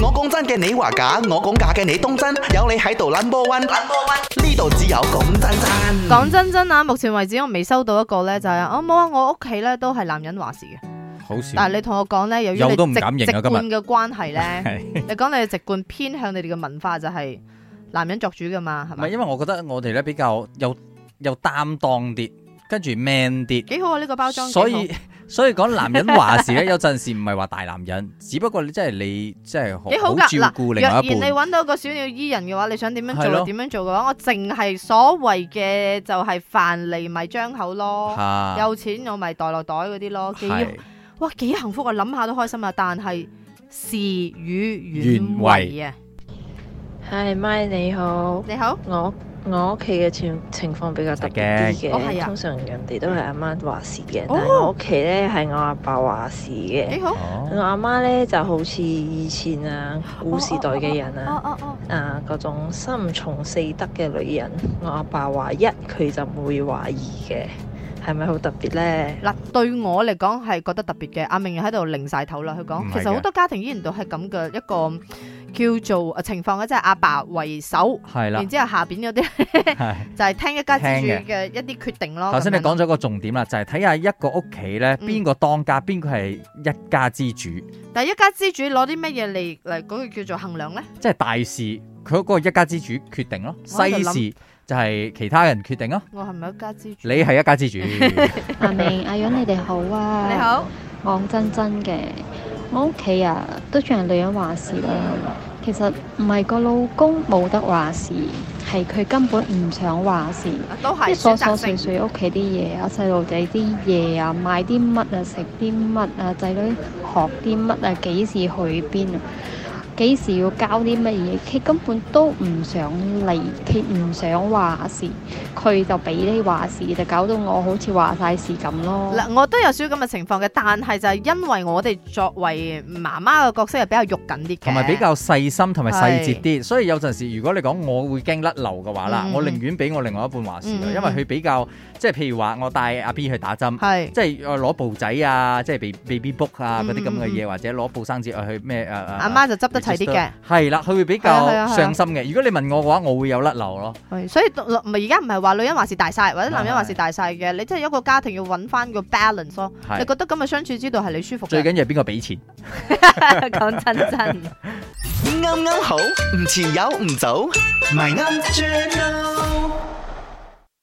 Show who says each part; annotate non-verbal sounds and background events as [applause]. Speaker 1: 我講真嘅，你話假；我講假嘅，你當真。有你喺度 number one，number one，呢度只有講真
Speaker 2: 嗯
Speaker 1: 真。
Speaker 3: 講真真啊，目前為止我未收到一個咧，就係啊冇啊，我屋企咧都係男人話事嘅。
Speaker 2: 好少。
Speaker 3: 但係你同我講咧，由於
Speaker 2: 嗯有
Speaker 3: 你
Speaker 2: 都唔
Speaker 3: 直
Speaker 2: 敢認
Speaker 3: 直
Speaker 2: 啊今日
Speaker 3: 觀嘅關係咧，
Speaker 2: [laughs] 係
Speaker 3: 你講你嘅直觀偏向你哋嘅文化就係男人作主噶嘛，係
Speaker 2: 唔係，
Speaker 3: 咪？
Speaker 2: 因為我覺得我哋咧比較有有擔當啲，跟住 man 啲，
Speaker 3: 幾好啊！呢個包裝幾好，
Speaker 2: 所以所以講男人話事咧，有陣時唔係話大男人， [laughs] 只不過你真係你真係好
Speaker 3: 幾好
Speaker 2: 好
Speaker 3: 噶
Speaker 2: 照
Speaker 3: 嗱。
Speaker 2: 顧
Speaker 3: 若
Speaker 2: 另外
Speaker 3: 然
Speaker 2: 一
Speaker 3: 你
Speaker 2: 半。
Speaker 3: 揾到個小鳥依人嘅話，你想點樣
Speaker 2: 係
Speaker 3: 做
Speaker 2: 咯
Speaker 3: 就點樣做嘅話，我淨係所謂嘅就係飯嚟咪張口咯，
Speaker 2: 嚇
Speaker 3: 有錢我咪袋落袋嗰啲咯，幾
Speaker 2: 係
Speaker 3: 哇幾幸福啊！諗下都開心啊，但係事與
Speaker 2: 願
Speaker 3: 願違啊！
Speaker 4: 嗨，Mike 你好，
Speaker 3: 你好，
Speaker 4: 我我屋企嘅情情況比較特別啲
Speaker 3: 哦係
Speaker 4: 嘅，
Speaker 3: 啊
Speaker 4: 通常人哋都係阿媽話事嘅，
Speaker 3: 哦
Speaker 4: 但係我屋企咧係我阿爸話事嘅。
Speaker 3: 幾好。
Speaker 4: 我
Speaker 2: 哦
Speaker 4: 阿媽咧就好似以前啊古時代嘅人
Speaker 3: 哦
Speaker 4: 啊，
Speaker 3: 哦哦，
Speaker 4: 啊嗰種三從四德嘅女人，我阿爸話一，佢就唔會話二嘅，係咪好特別咧？
Speaker 3: 嗱，對我嚟講係覺得特別嘅。阿明喺度擰晒頭啦，佢
Speaker 2: 唔
Speaker 3: 講
Speaker 2: 係
Speaker 3: 其
Speaker 2: 嘅
Speaker 3: 實好多家庭依然都係咁嘅一個叫做呃情況嘅，即係阿爸為首，
Speaker 2: 係啦
Speaker 3: 然，之後下邊嗰啲 [laughs]
Speaker 2: 係。
Speaker 3: 就係聽一家之主
Speaker 2: 聽嘅
Speaker 3: 嘅一啲決定咯。
Speaker 2: 頭先你
Speaker 3: 咁樣
Speaker 2: 講咗個重點啦，就係睇下一個屋企咧，
Speaker 3: 嗯
Speaker 2: 邊個當家，邊個係一家之主，
Speaker 3: 但係一家之主攞啲乜嘢嚟嚟嗰個叫做衡量咧？
Speaker 2: 即係大事佢嗰個一家之主決定咯，
Speaker 3: 我喺
Speaker 2: 西
Speaker 3: 度諗
Speaker 2: 事就係其他人決定咯。
Speaker 3: 我係咪一家之主？
Speaker 2: 你係一家
Speaker 3: [laughs]
Speaker 2: 之主，
Speaker 5: 阿明、阿楊，你哋好啊！
Speaker 3: 你，好，
Speaker 5: 講真真嘅，我屋企啊都仲係女人話事啦。其實唔係個老公冇得話事，係佢根本唔想話事。
Speaker 3: 都
Speaker 5: 即
Speaker 3: 係
Speaker 5: 係瑣
Speaker 3: 選
Speaker 5: 瑣
Speaker 3: 擇
Speaker 5: 碎
Speaker 3: 性。
Speaker 5: 碎屋企啲嘢啊，細路仔啲嘢啊，買啲乜啊，食啲乜啊，仔女學啲乜啊，幾時去邊啊，幾時要交啲乜嘢，佢根本都唔想嚟，佢唔想話事，佢就俾你話事，就搞到我好似話晒事咁咯。
Speaker 2: 哦
Speaker 3: 嗱，我都有少少咁嘅情況嘅，但係就係因為我哋作為媽媽嘅角色係比較肉緊啲嘅，
Speaker 2: 同埋比較細心同埋細節
Speaker 3: 係
Speaker 2: 啲，所以有陣時如果你講我會驚甩漏嘅話啦，
Speaker 3: 嗯
Speaker 2: 我寧願俾我另外一半話事嘅，
Speaker 3: 嗯嗯嗯
Speaker 2: 因為佢比較即係譬如話我帶阿 B 去打針。
Speaker 3: 係
Speaker 2: 即係呃攞布仔啊，即係 baby baby book 啊
Speaker 3: 嗯
Speaker 2: 嗰啲咁嘅
Speaker 3: 嗯
Speaker 2: 嘢，或者攞布生紙呃去咩誒誒，
Speaker 3: 阿媽就執得齊啲嘅。
Speaker 2: 係啦，佢會比
Speaker 3: 係啊
Speaker 2: 較
Speaker 3: 係啊係啊
Speaker 2: 上心嘅。如果你問我嘅話，我會有甩漏咯。
Speaker 3: 係所以唔係而家唔係話女人話事大晒，或者男人話
Speaker 2: 啊
Speaker 3: 事大晒嘅，你真係一個家庭要揾翻個 balance 咯。你
Speaker 2: 係
Speaker 3: 覺得咁嘅相處之道係你舒服
Speaker 2: 最
Speaker 3: 嘅？
Speaker 2: 緊要係邊個俾錢。
Speaker 3: 講真真。
Speaker 1: 啱啱好，唔遲有唔早，咪啱 channel。